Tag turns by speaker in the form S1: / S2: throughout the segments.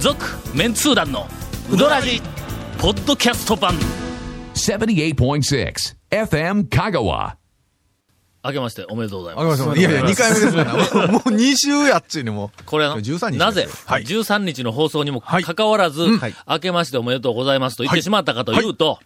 S1: 続メンツー団のウドラジポッドキャスト版
S2: 78.6 FM Kagawa.
S1: 明けましておめでとうござい
S3: あごめ
S1: ま
S3: ん
S1: す
S3: なさいいやいや、2回目ですからもう2週やっちゅうにもう。
S1: これは
S3: 13日。
S1: なぜ、
S3: はい。
S1: 13日の放送にも
S3: は
S1: か
S3: い
S1: かわらず、
S3: はい
S1: 明けましておめでとうございますと言ってしまったかというと、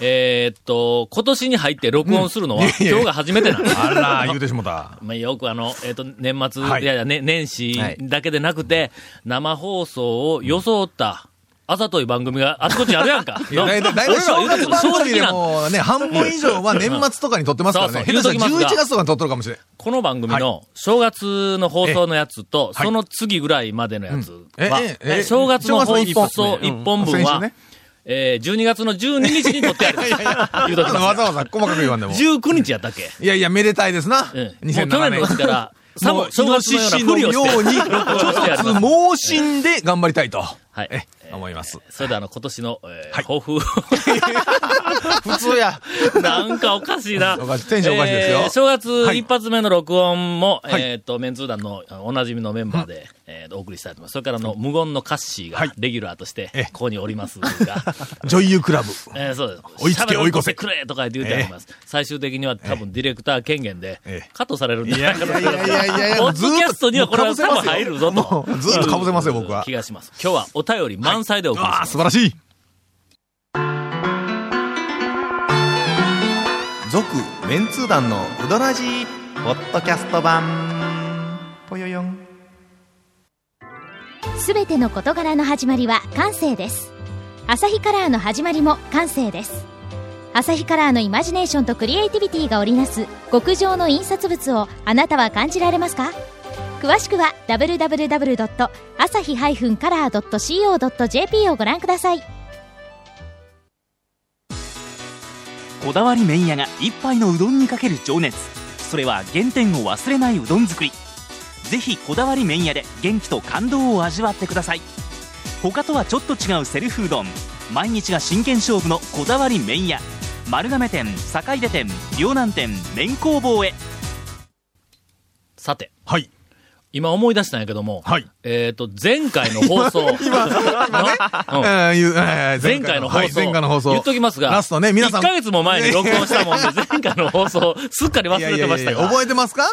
S1: えーっと、今年に入って録音するのは、
S3: うんいやいや
S1: 今日が初めてなんです。
S3: あら、言うてしもた。
S1: まあ、よくあの、えっ、と、年末、、
S3: はいい
S1: やいや、ね、年始
S3: はい
S1: だけでなくて、生放送を装った、あざとい番組があちこちあるやんか。
S3: いやだいたい、だいたい正月番組でもね、 半分以上は年末とかに撮ってますから
S1: そう
S3: ね。
S1: そう
S3: 下手したら
S1: 言うときますが
S3: 11月とかに撮ってるかもしれん。
S1: この番組の正月の放送のやつと、
S3: はい
S1: その次ぐらいまでのやつは、
S3: ええええ
S1: 正月の放
S3: 正月の一
S1: 送
S3: 本
S1: 1本分
S3: 先
S1: は、
S3: 週ね
S1: えー、12月の12日に撮ってある。言うときま
S3: わ
S1: す
S3: ざわざ細かく言わんでも。
S1: 19日やったっけ、
S3: いやいや、めでたいですな。
S1: うん、もう去
S3: 2007
S1: 年のうち
S3: 年。
S1: から、さ
S3: も
S1: も
S3: う、正
S1: 正月のよう
S3: 月
S1: なふ
S3: の
S1: りを
S3: よ
S1: して
S3: うに、ちょっ
S1: して
S3: と盲信で頑張りたいと。
S1: はい
S3: え、思います。
S1: それであの、今年の、えー
S3: はい
S1: 抱負を
S3: 普通や。
S1: なんかおかしいな。
S3: おかしいテンションおかしいですよ
S1: えー正月
S3: はい
S1: 一発目の録音も、
S3: はい
S1: えっ、と、メンツー団のあのおなじみのメンバーで、えーお送りしたいと思います。それからあの、無言のカッシー
S3: は
S1: が
S3: い
S1: レギュラーとして
S3: ええ、
S1: ここにおり ますが、
S3: 女優クラブ。
S1: えーそうです。
S3: 追いつけ
S1: 喋らんと
S3: 追い越せ
S1: てくれとか言って言うてあります。最終的には多分ディレクター権限で
S3: ええ、
S1: カットされるんじゃないかと。
S3: いやいやいやいや
S1: ポッドキャストにはこれは多分入るぞと。
S3: もうずっと被せますよ、僕は
S1: 気。がします。今日はお便り満載でお送りし
S3: あ
S1: ま
S3: あ、
S1: す
S3: 素。晴らしい。続、メンツー団のうどらじ
S4: ポッドキャスト版ぽよよん
S5: すべての事柄の始まりは感性ですアサヒカラーの始まりも感性ですアサヒカラーのイマジネーションとクリエイティビティが織りなす極上の印刷物をあなたは感じられますか詳しくは www.asahi-color.co.jp をご覧ください
S6: こだわり麺屋が一杯のうどんにかける情熱それは原点を忘れないうどん作りぜひこだわり麺屋で元気と感動を味わってください他とはちょっと違うセルフうどん毎日が真剣勝負のこだわり麺屋丸亀店坂出店両南店麺工房へ
S1: さて、
S3: はい。
S1: 今思い出したんやけども、
S3: はい
S1: えっ、と、前回の放 送。 のうん
S3: えーいうえー
S1: 前回の放送、
S3: はい前回の放送。
S1: 言っときますが、
S3: ラストね、皆さん。
S1: 1ヶ月も前に録音したもんで、 前回の放送、すっかり忘れてました
S3: いやいやい
S1: が
S3: や覚えてますか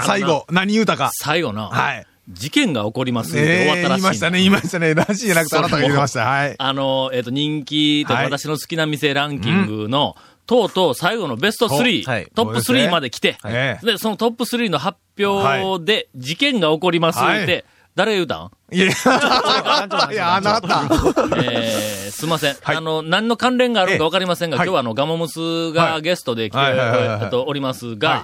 S3: 最後、何言うたか。
S1: 最後の、
S3: はい。
S1: 事件が起こりますんで終わっ
S3: え
S1: た
S3: ー、
S1: らしい
S3: 言い
S1: んだ。
S3: ましたね、言いましたね。らしいじゃなくて、あなたが言ってました。はい。
S1: あの、えっ、と、人気とか
S3: はい
S1: 私の好きな店ランキングの、とうとう最後のベスト3、
S4: はい
S1: トップ
S3: そうです
S1: 3
S3: ね
S1: まで来て、
S3: はい
S1: で、そのトップ3の発表で、事件が起こりますって、
S3: はい
S1: 誰が言うたん
S3: いや、いや、あなた。
S1: えーすいません。
S3: はい
S1: あの、何の関連がある
S3: ええ
S1: かわかりませんが、
S3: はい
S1: 今日はあの、ガモムス
S3: は
S1: が
S3: い
S1: ゲストで来て、
S3: はいはいはいはい
S1: えっとおりますが、
S3: はい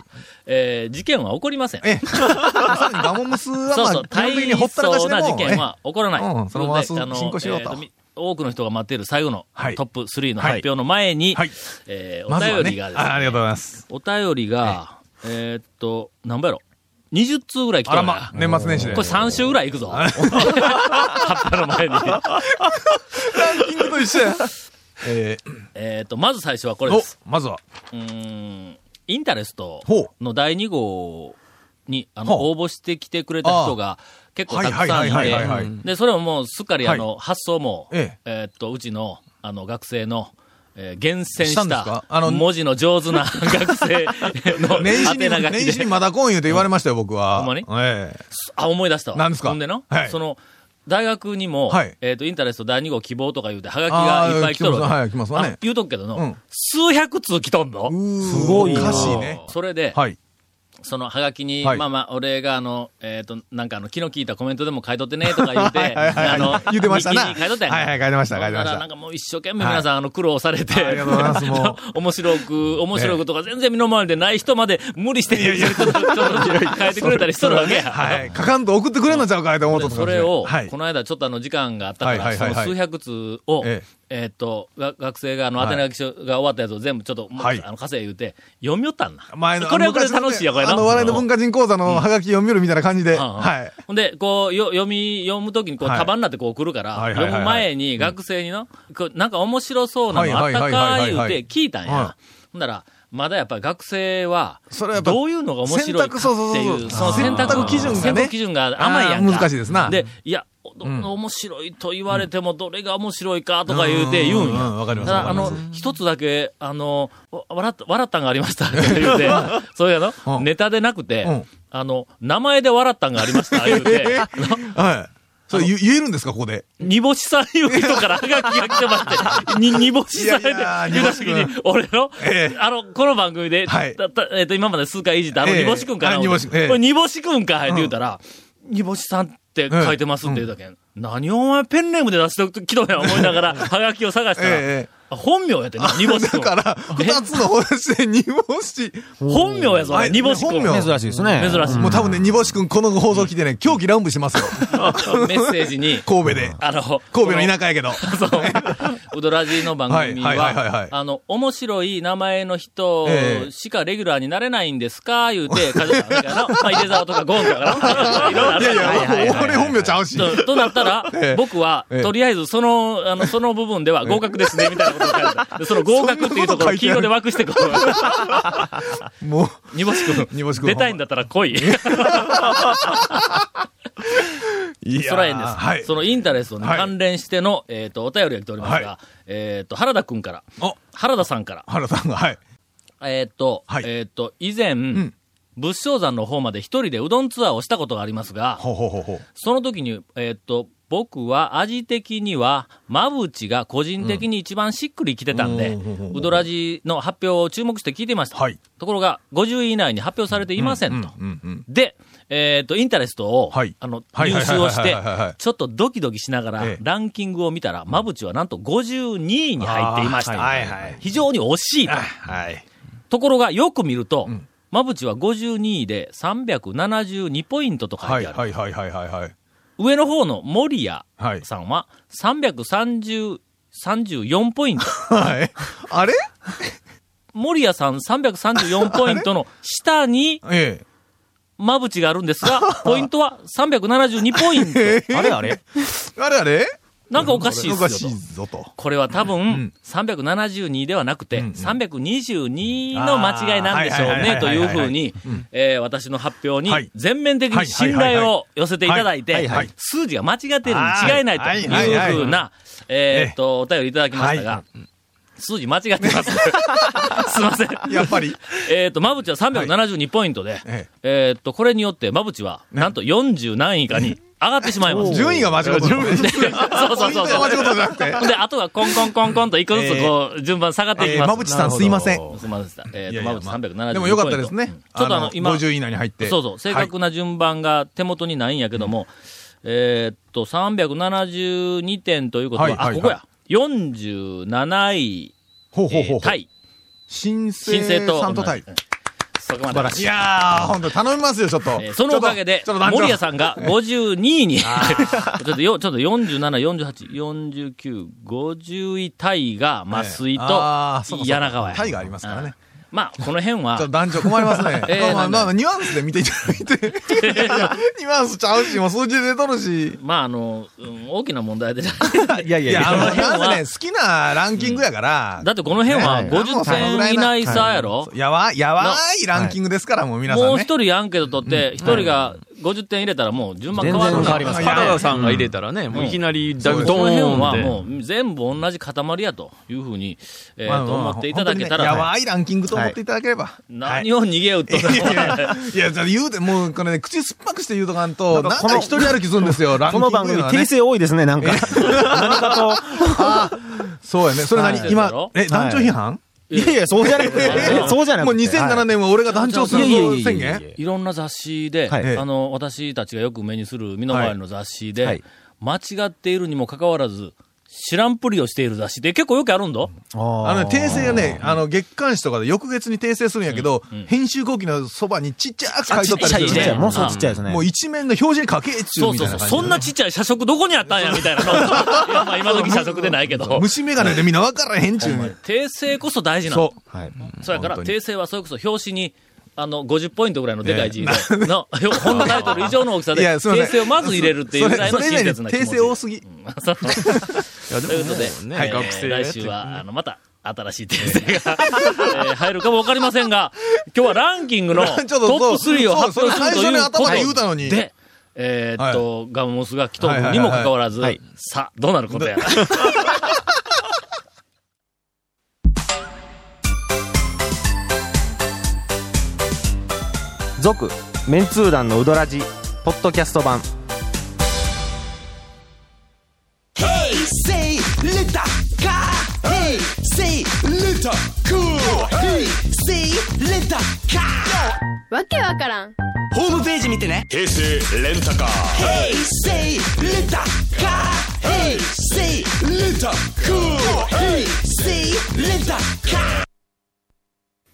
S1: えー事件は起こりません。
S3: え、さにガモムスは、
S1: そう
S3: ま
S1: そ
S3: あ
S1: う、、
S3: 基本的にほ
S1: 大
S3: ったらかし
S1: 層
S3: でも
S1: な事件は起こらない。
S3: うんそのまま
S1: ということで
S3: 進行しようと
S1: えーみ多くの人が待っている最後の
S3: はい
S1: トップ3の発表の前に、
S3: はい
S1: えー
S3: まずは
S1: お便り
S3: ね、
S1: がですね
S3: あありがとうございます。
S1: お便りが、えーっと、何倍やろ ?20 通ぐらい来
S3: あ
S1: た
S3: ら
S1: のかな
S3: ま、年末年始で。
S1: これ3週ぐらい行く ぞ。発表の前に。
S3: キングと一緒や。 え
S1: えーっと、まず最初はこれ
S3: ー、
S1: で
S3: お
S1: す。、
S3: まずは。
S1: うーんインタレスト
S3: ほ
S1: の第2号にあ
S3: ほ
S1: の
S3: う
S1: 応募してきてくれた人が結構たくさんい
S3: はいはいはいはいは
S1: て
S3: い、
S1: で、それももうすっかりあの、発想も、え
S3: え
S1: ーっと、うちのあの学生の、えー厳選
S3: した
S1: し
S3: んですか
S1: た
S3: あの
S1: 文字の上手な 学生の
S3: 年始に、
S1: 宛名書
S3: 年
S1: き
S3: 始に
S1: で、
S3: まだ来ん言うて言われましたよ、僕は。
S1: ほんまに
S3: ええ
S1: あ、思い出したわ。
S3: 何ですか
S1: ほんでの、
S3: はい
S1: その、大学にも、
S3: はい
S1: えーっ、と、インタレスト第2号希望とか言うて、はがきがいっぱい来とるわけ。
S3: あー来ますはい来ますわね
S1: あ言うとくけどの、
S3: うん
S1: 数百通来とんの。
S3: すごいな。おかしいね。
S1: それで、
S3: はい。
S1: そのハガキに、
S3: はい
S1: まあまあ、俺が、あの、えっ、と、なんかあの、気の利いたコメントでも書いとってね、とか言うて、
S3: はいはいはい
S1: あの、
S3: 言ってましたな
S1: 日記に書いとったやん
S3: はいはい書いてました書いてま
S1: ほ
S3: した
S1: んならなんかもう一生懸命皆さん、あの、苦労されて、
S3: ありがとうございますも う
S1: 面白く、面白くとか、全然身の回りでない人まで無理して、ちょっと、ちょっと書いてくれたりしとるわけや。
S3: はい。書かんと送ってくれんのちゃうかって思っとったか
S1: そ
S3: もしん
S1: れを、
S3: はい
S1: こ。の間ちょっとあの時間があったか
S3: はいは
S1: ら、
S3: い
S1: そ
S3: はい
S1: の
S3: はい
S1: 数百通を、え
S3: え
S1: っと、が学生があの、宛名書きが終わったやつを全部ちょっと、もう
S3: はい
S1: あの、稼い言うて、読みよったんだ。
S3: 前の
S1: これはこれで楽しいよ、これな
S3: あの、笑いの文化人講座のハガキ読みよるみたいな感じで。
S1: うんうん
S3: はい。
S1: ほんで、こう、よ読み、読むときに、こう、
S3: はい
S1: 束になってこう来るから、
S3: はいはいはい
S1: 読
S3: はい
S1: む前に学生にの、こうなんか面白そうな
S3: はい
S1: のあ
S3: は
S1: っ
S3: い
S1: た
S3: はい
S1: か
S3: はいい
S1: 言う
S3: はい
S1: て聞いたんや
S3: は。
S1: ほんだら、まだやっぱり学生は
S3: それはや、っぱ
S1: どういうのが面白いかって
S3: 選択そうそう
S1: い
S3: そう
S1: う、その選択
S3: 選択基準がね
S1: 選択基準が甘いやんか。
S3: あー難しいですな
S1: で、いや、お
S3: ん
S1: 面白いと言われても、どれが面白いかとか言うて言うん
S3: うんうんう
S1: や。
S3: んわかります
S1: ただ、あ
S3: わかり
S1: の
S3: ま、
S1: 一つだけ、あの、わ笑った、笑ったんがありました って言うて、そういうの、
S3: うん
S1: ネタでなくて
S3: うん、
S1: あの、名前で笑ったんがありました言うて、
S3: はい。それ言言えるんですか、ここで。
S1: 煮干しさんいう人からハガキが来てまして、に煮干しさんで
S3: いやいや
S1: 言うたとき
S3: 煮
S1: に
S3: 干し、
S1: 俺の
S3: ええ、
S1: あの、この番組で、
S3: はい
S1: たたえっと、今まで数回いじったあの
S3: ええ
S1: 煮干しくんかな
S3: あ煮干しええ
S1: これ煮干しくんかいって言うたら、煮干しさんって書いてますって言うだけん。何をお前ペンネームで出してきとんや思いながら、ハガキを探した
S3: え
S1: ら、
S3: え
S1: あ本名やって な、煮干しく
S3: だ
S1: ん。
S3: から、二つの方して煮 干し。
S1: 本名やぞ、
S3: はい
S1: 煮干しくん。
S3: 本名
S7: 珍しいですね。
S1: 珍しい。
S3: もう多分ね、煮干し君、この放送聞いてね、狂気乱舞しま すよ。
S1: メッセージに、
S3: 神戸で。
S1: あの、
S3: 神戸の田舎やけど。
S1: そう。ウドラジの番組は、
S3: はいはいはいはいはい
S1: あの、面白い名前の人
S3: ええ
S1: しかレギュラーになれないんですか言うて、カジュさんみたいな、ま あ、井出沢とかゴンと か、いろいろあ
S3: い
S1: る
S3: やい
S7: はいはいはい
S3: や、俺本名ちゃうし。
S1: ととなったら、
S3: ええ
S1: 僕は、
S3: ええ
S1: とりあえず、その、あの、その部分では合格ですね、みたいなことを書いてでその合格っていうところを黄色で枠してこ う。
S3: もう。
S1: 煮干し
S3: 煮干し
S1: 君、
S3: 君
S1: 出たいんだったら来い。
S3: い
S1: そらええんです、
S3: はい。
S1: そのインタレストに
S3: はい
S1: 関連しての、えっ、と、お便りが来ておりますが、
S3: は
S1: えっ、と、原田君から、
S3: お
S1: 原田さんから、
S3: 原さんが、はい。
S1: えーっと、
S3: はい
S1: えーっと、以前、
S3: ん
S1: 仏正山の方まで一人でうどんツアーをしたことがありますが、
S3: ほうほうほうほう。
S1: その時に、えーっと、僕は味的には、まぶちが個人的に一番しっくりきてたんで、
S3: うん
S1: うどらじの発表を注目して聞いてました。
S3: はい
S1: ところが、50位以内に発表されていませんと。
S3: うんうん。
S1: で、えーっと、インタレストを、
S3: はい
S1: あの、
S3: はい
S1: 入手をして
S3: はいはいはいはいはい、
S1: ちょっとドキドキしながら、
S3: ええ
S1: ランキングを見たら、まぶちはなんと52位に入っていました。
S3: はいはい。
S1: 非常に惜しいと。
S3: はい。
S1: ところが、よく見ると、まぶちは52位で372ポイントと書い
S3: はい
S1: てある。
S3: はいはいはいはいはい。
S1: 上の方の森谷
S3: はい。
S1: さんは330、34ポイ ント。
S3: はい。あれ
S1: 森谷さん334ポイントの下に、
S3: ええ。
S1: まぶちがあるんです が、ポイントは372ポイント。
S7: あれあれ
S3: あれあれ
S1: なんかおかしい
S3: お
S1: で
S3: か
S1: す
S3: し
S1: よと。
S3: いぞと。
S1: これは多分、372ではなくて、322の間違いなんでしょう
S3: あーはいはいはいはい
S1: ね、
S3: はい
S1: というふうに、えー私の発表
S3: は
S1: に
S3: い
S1: 全面的に信頼を寄せていただい
S3: はい
S1: て
S3: はいはい、
S1: 数字が間違っているに違いないと
S3: はいはいはいはい
S1: いうふうな、えーっと、お便りいただきましたが、数字間違って ます。すいません。
S3: やっぱり。
S1: えーっと、まぶちは372ポイントで、
S3: え
S1: えーっと、これによってまぶちは、なんと40何位かに上がってしまいます。
S3: 順位が間違った。順位
S1: そうそうそうそう
S3: が間違ったじゃなくて。
S1: で、あとはコンコンコンコンと一個ずつこう、順番下がっていき
S3: え
S1: ま
S3: ー
S1: す。
S3: まぶちさんすいません。
S1: すみませんでした。えー
S3: い
S1: と、
S3: やい
S1: ま
S3: や
S1: ぶち370ポイント。
S3: でもよかったですね
S1: うん。ちょっとあの、今、
S3: 50位以内に入って。
S1: そうそう、正確な順番が手元にないんやけども、えーっと、372点ということは、
S3: はいはいは
S1: あ、
S3: い
S1: ここや。47位、
S3: ほうほう
S1: え
S3: ほう
S1: ー、
S3: ほ
S1: タ
S3: う。
S1: イ。
S3: 新
S1: 新生
S3: 生
S1: と。
S3: さんと対。
S1: そこまで。
S3: いやー、ほんと頼みますよ、ちょっと
S1: えー。そのおかげで、
S3: ちょっとちょっと
S1: 森谷さんが52位 に、ちょっと よちょっと47、48、49、50位タイが増井と
S3: あーそうかそうか
S1: 柳川や。
S3: タイがありますから
S1: う
S3: ね
S1: ん。まあ、この辺
S3: ちょっと
S1: は、。
S3: 団長困りますね
S1: えー
S3: ま
S1: な
S3: あ
S1: んだ
S3: まあまあ、ニュアンスで見ていただいて。いやいやニュアンスちゃうし、もう数字で出とるし。
S1: まあ、あの、うん大きな問題でない。
S7: いやい
S3: い
S7: やい
S3: や、あ
S7: や。
S3: の、なんせね、好きなランキングやから。
S1: だってこの辺は
S7: ね
S1: 50点以内差やろ
S3: そうやわ、やわーいランキングですから、もう皆さんね。
S1: もう一人アンケート取って、一人が50点入れたらもう順番変
S7: 全然
S1: わるん
S7: 変
S1: だ
S7: わります
S3: いや
S7: か
S8: 原田さんが入れたらね、もういきなりダグド
S1: この辺は
S8: ーンっ
S1: もう全部同じ塊やというふうに、えー
S3: まあまあ
S1: と思っていただけた
S3: 本当にねや
S1: ら、
S3: わーいランキングと思っていただければ。
S1: 何を逃げようと。
S3: いや、じゃあ言うて、もうこれね、口酸っぱくして言うとかんと、
S7: なん
S3: な
S7: か
S3: ん
S7: この
S3: か一人歩きするんですよ、ランキ
S7: こ
S3: ング
S7: の番組、
S3: はね
S7: 訂正多いですね、なんか。何か
S3: そうやね。それ何
S1: はい
S3: 今
S1: そうやろ、
S3: え、団長批判
S7: と。いやいや、そうじゃなくて
S1: え。
S7: そうじゃな
S3: もう
S7: くて。
S3: 2007年は俺が団長する
S7: いやいやいやいや
S3: 宣
S7: いや
S3: 言
S1: いろんな雑誌で、
S7: はい
S1: あの、私たちがよく目にする身の回りの雑誌で、
S7: はい
S1: 間違っているにもかかわらず、知らんぷりをしている雑誌で結構よくあるんだ。
S7: あ
S3: あのね、訂正が
S7: が
S3: ね、あの、月刊誌とかで翌月に訂正するんやけど、編集後期のそばにちっちゃく書いとったりする
S1: あ
S7: ち
S1: ち
S7: っちゃい、
S1: ね
S7: もうすぐちっちゃいですね。
S3: もう一面の表示に書けっちゅ
S1: そうう
S3: み
S1: そ
S3: た
S1: う
S3: い
S1: そ
S3: な
S1: う。
S3: 感じ。
S1: そんなちっちゃい社食どこにあったんや、み たいなの。いやまあ今時社食でないけど。
S3: 虫眼鏡でみんな分からへんちゅうねん
S1: 訂正こそ大事なの
S3: そ。
S7: はい。
S1: そうやから、
S3: 本当
S1: 訂正はそれこそ表紙に、あの、50ポイントぐらいのでかい字で、の、 本のタイトル以上の大きさ
S3: い
S1: で、
S3: やすいません
S1: 訂正をまず入れるっていうぐらいの
S3: それそれ
S1: 親
S3: 以外に
S1: 切な気持ち。
S3: 訂正多すぎ
S1: うん。そう
S8: て。いやで
S1: ということで、
S8: もね
S1: えー
S8: 学生がやっ
S1: 来
S8: て
S1: 週は、あの、また、新しい訂 正が、えー入るかもわかりませんが、今日はランキングのト
S3: ち
S1: ッ
S3: ょっ
S1: プ
S3: とそう
S1: 3を発表するという
S3: そうそれ最初に
S1: こ
S3: 頭で言うたの
S1: と
S3: に
S1: で、えーっと、ガンモスが来とるにもかかわらず、
S7: はいはいは
S1: さあ、どうなることやら。
S7: 続、メンツー団のウドラジ、ポッドキャスト版。
S9: わけわからん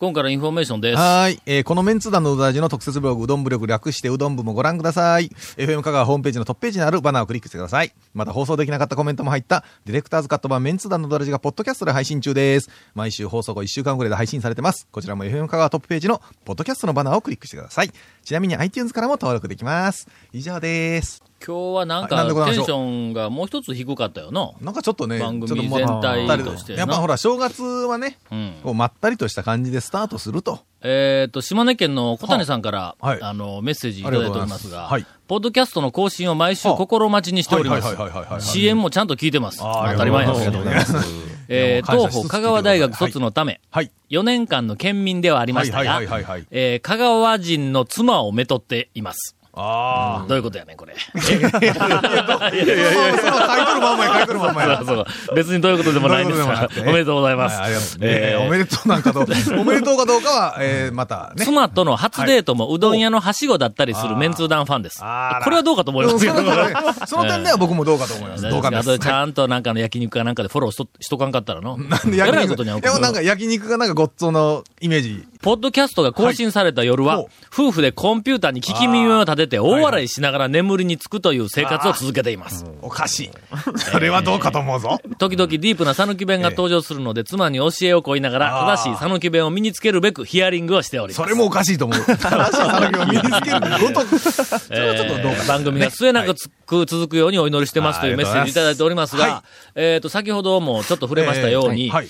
S1: 今回のインフォメーションです。
S3: はーい。えーこのメンツ団のうどらじの特設ブログ、うどんブログ略してうどん部もご覧ください。FM 香川ホームページのトップページにあるバナーをクリックしてください。また放送できなかったコメントも入った、ディレクターズカット版メンツ団のうどらじがポッドキャストで配信中です。毎週放送後1週間くらいで配信されてます。こちらも FM 香川トップページのポッドキャストのバナーをクリックしてください。ちなみに iTunes からも登録できます。以上です。
S1: 今日はなん
S3: はいな
S1: か
S3: んでござい
S1: テ
S3: ま
S1: ン
S3: し
S1: シ
S3: ょう
S1: ョンがもう一つ低かったよな。
S3: なんかちょっとね、
S1: 番組
S3: ちょっともう
S1: 全体
S3: まったり
S1: としてな
S3: やっぱほら、正月はね、
S1: うん
S3: こうまったりとした感じでスタートすると。
S1: えっ、と、島根県の小谷さんから、
S3: はい
S1: あの、メッセージいただいておりますが、
S3: ありがとうございますは
S1: ポッドキャストの更新を毎週心待ちにしておりま
S3: は
S1: す
S3: いはいはいはいはいは。い
S1: CM もちゃんと聞いてます。
S3: あー
S1: 当たり前なんです
S3: あ
S1: けど
S3: りがとうございま。
S1: えー
S3: もう感謝
S1: 東
S3: しつつ
S1: 方香川大学卒のため、
S3: はい。
S1: 4年間の県民ではありましたが
S3: はいはいはいはいはい、
S1: えー香川人の妻をめとっています。
S3: ああ。
S1: どういうことやねん、これ。
S3: いやいやいや、そのタイトルまんまや、タイトルまんまや。
S1: そうそう別にどういうことでもないんですが、おめでとうございま
S3: はいありがと
S1: す。
S3: うね
S1: えー
S3: おめでとうなんかど う、おめでとうかどうかは、えーまたね。
S1: 妻との初デートもうどん屋のはしごだったりするメンツー団ファンです。
S3: あら
S1: これはどうかと思い
S3: うん
S1: ま
S3: そ
S1: すけ
S3: の
S1: ど。
S3: 点その点では僕もどうかと思います。
S1: 大丈
S3: 同
S1: 夫
S3: 感
S1: で
S3: です
S1: あと
S3: す。
S1: ちゃんとなんかの焼肉かなんかでフォローしとしとかんかったらの。なん
S3: で
S1: やらい
S3: 焼
S1: こと
S3: 肉
S1: には
S3: でもなんか焼肉がなんかごっつおのイメージ。
S1: ポッドキャストが更新された夜は、
S3: はい
S1: 夫婦でコンピューターに聞き耳を立てて大笑いしながら眠りにつくという生活を続けています。
S3: おかしい。それはどうかと思 うぞ。
S1: 時々ディープな讃岐弁が登場するので、妻に教えをこいながら、正しい讃岐弁を身につけるべくヒアリングをしております。
S3: それもおかし いと思う。正しいさを身につけるごとく。それはちょっとどう
S1: えー
S3: か
S1: 番組が末永く続くようにお祈りしてますというメッセージいただいておりますが
S3: は、
S1: えっと、先ほどもちょっと触れましたように、
S3: えーはい。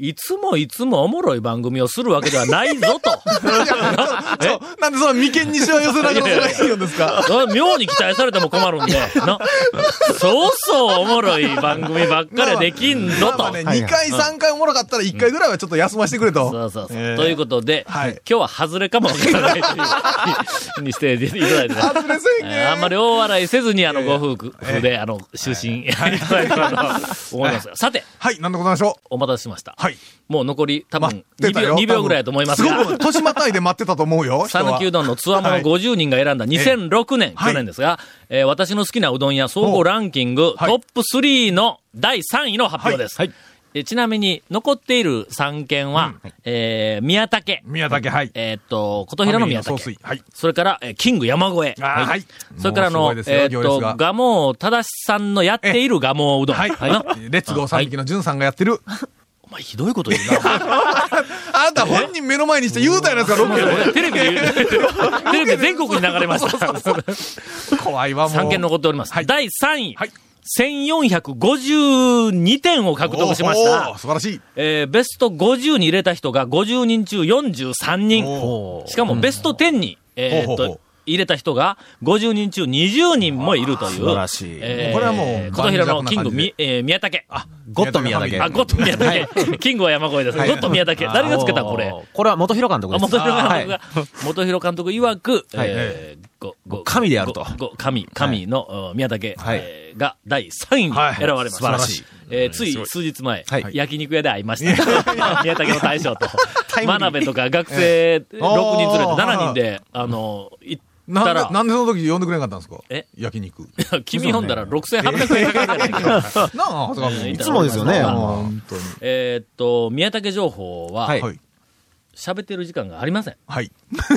S1: いつもいつもおもろい番組をするわけではないぞと。
S3: そうなんでその眉間にしわ寄せ ながらそれはいいんですか
S1: それは 妙に期待されても困るんで、な、そうそうおもろい番組ばっかりはできんぞ
S3: まあま
S1: と
S3: あ。ね、2回、3回おもろかったら1回ぐらいはちょっと休ませてくれと。
S1: そうそうそう。
S3: えー
S1: ということで、
S3: はい
S1: 今日は外れかもわからないというにしていただいてます。
S3: 外れ宣言
S1: あんまり大笑いせずに、あの、ご夫婦で、あの、就寝、いただいたらと 思いますが。さて、
S3: はい、なんでございましょう。
S1: お待たせしました。
S3: はい。
S1: もう残り多分
S3: 待っ
S1: 2
S3: てたよ
S1: 秒、2秒ぐらいだと思います
S3: すご
S1: が、
S3: く、年またいで待ってたと思 うよ。人は
S1: 讃岐うどんのつわもの
S3: はい
S1: 50人が選んだ2006年、
S3: はい
S1: 去年ですが、えー私の好きなうどん屋総合ランキング、
S3: はい
S1: トップ3の第3位の発表です。
S3: はいは
S1: えーちなみに、残っている3県は、えー宮武、
S3: 宮崎、はい。
S1: えーっと、琴平の宮
S3: ファミ
S1: 武
S3: リーの総帥。はい。
S1: それから、えーキング山越え。
S3: あーはい。
S1: それから、あ
S3: も
S1: の、
S3: うすごいですよ
S1: えーっと、
S3: 行列が
S1: ガモー正さんのやっているガモーうどん。
S3: はい。
S1: はいの
S3: レッツゴー三匹のんさんがやってる。
S1: お前ひどいこと言うな。
S3: あなた本人目の前にして言うたやないですか、ロケ で。
S1: テレビで言う、テレビで全国に流れました。
S3: 怖いわ、もう。
S1: 3件残っております。
S3: はい
S1: 第3位、
S3: はい
S1: 1452点を獲得しまし
S3: おーおー
S1: た。
S3: 素晴らしい。
S1: えーベスト50に入れた人が50人中43人。
S3: おー
S1: しかもベスト10に、えー
S3: ほうほうほ
S1: っ
S3: う
S1: と、入れた人が50人中20人もいるという。
S7: 素晴らしい
S1: えー
S3: これはもう
S1: 琴平のキング、
S3: 盤石な感じで
S1: みえー宮武。あ、
S7: ゴッド宮だけ。
S1: ゴッド宮武。キングは山越えです。ゴッド宮武。誰がつけたこれ。。
S7: これは元広監督
S1: あ
S7: です。
S1: 元広監
S7: は
S1: 督
S7: い
S1: が、元広監督曰く、
S7: はい
S1: えーごご
S7: 神であると
S1: ごご神、神の、お宮武、
S7: はい
S1: えーが第3位に
S3: はい
S1: 選ばれました。
S7: 素晴らしい。
S1: えーつい数日前、
S7: はい
S1: 焼肉屋で会いました。 宮武の大将と、 真鍋とか学生6人連れて
S3: あー
S1: 7人で、あの、行っ
S3: な
S1: た
S3: んで、
S1: ら、
S3: なんでその時呼んでくれなかったんですか
S1: え
S3: 焼肉。な
S1: 君ほんだら6800円かかるじゃないか。
S3: あ、長谷川
S1: え
S3: 君。
S1: ー
S7: いつもですよね。
S1: あ
S7: もう
S3: 本当に。
S1: えーっと、宮武情報は
S7: は、い
S3: はい。
S1: 喋ってる時間がありません。
S3: はい。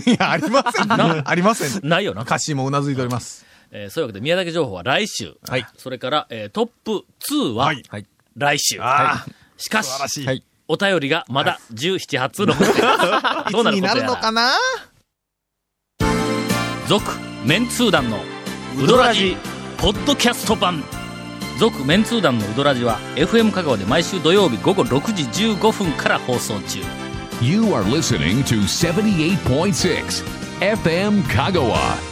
S3: い や、ありません。
S1: な
S3: ありません。
S1: ないよな。
S3: 歌詞もうなずいております。
S1: えーそういうわけで、宮崎情報は来週。
S7: はい
S1: それから、えートップ2は
S3: はい
S7: はい。
S1: 来週。
S3: ああ、
S1: しかし
S3: 素晴らしい。
S7: はい
S1: お便りがまだ17発の、 どうなる
S3: に
S1: こ
S3: な
S1: と
S3: る
S1: や。
S3: のからな
S1: 続、メンツー団の、ウドラジ、ポッドキャスト版。続メンツー団のウドラジは FM 香川で毎週土曜日午後6時15分から放送中
S2: You are listening to 78.6 FM Kagawa.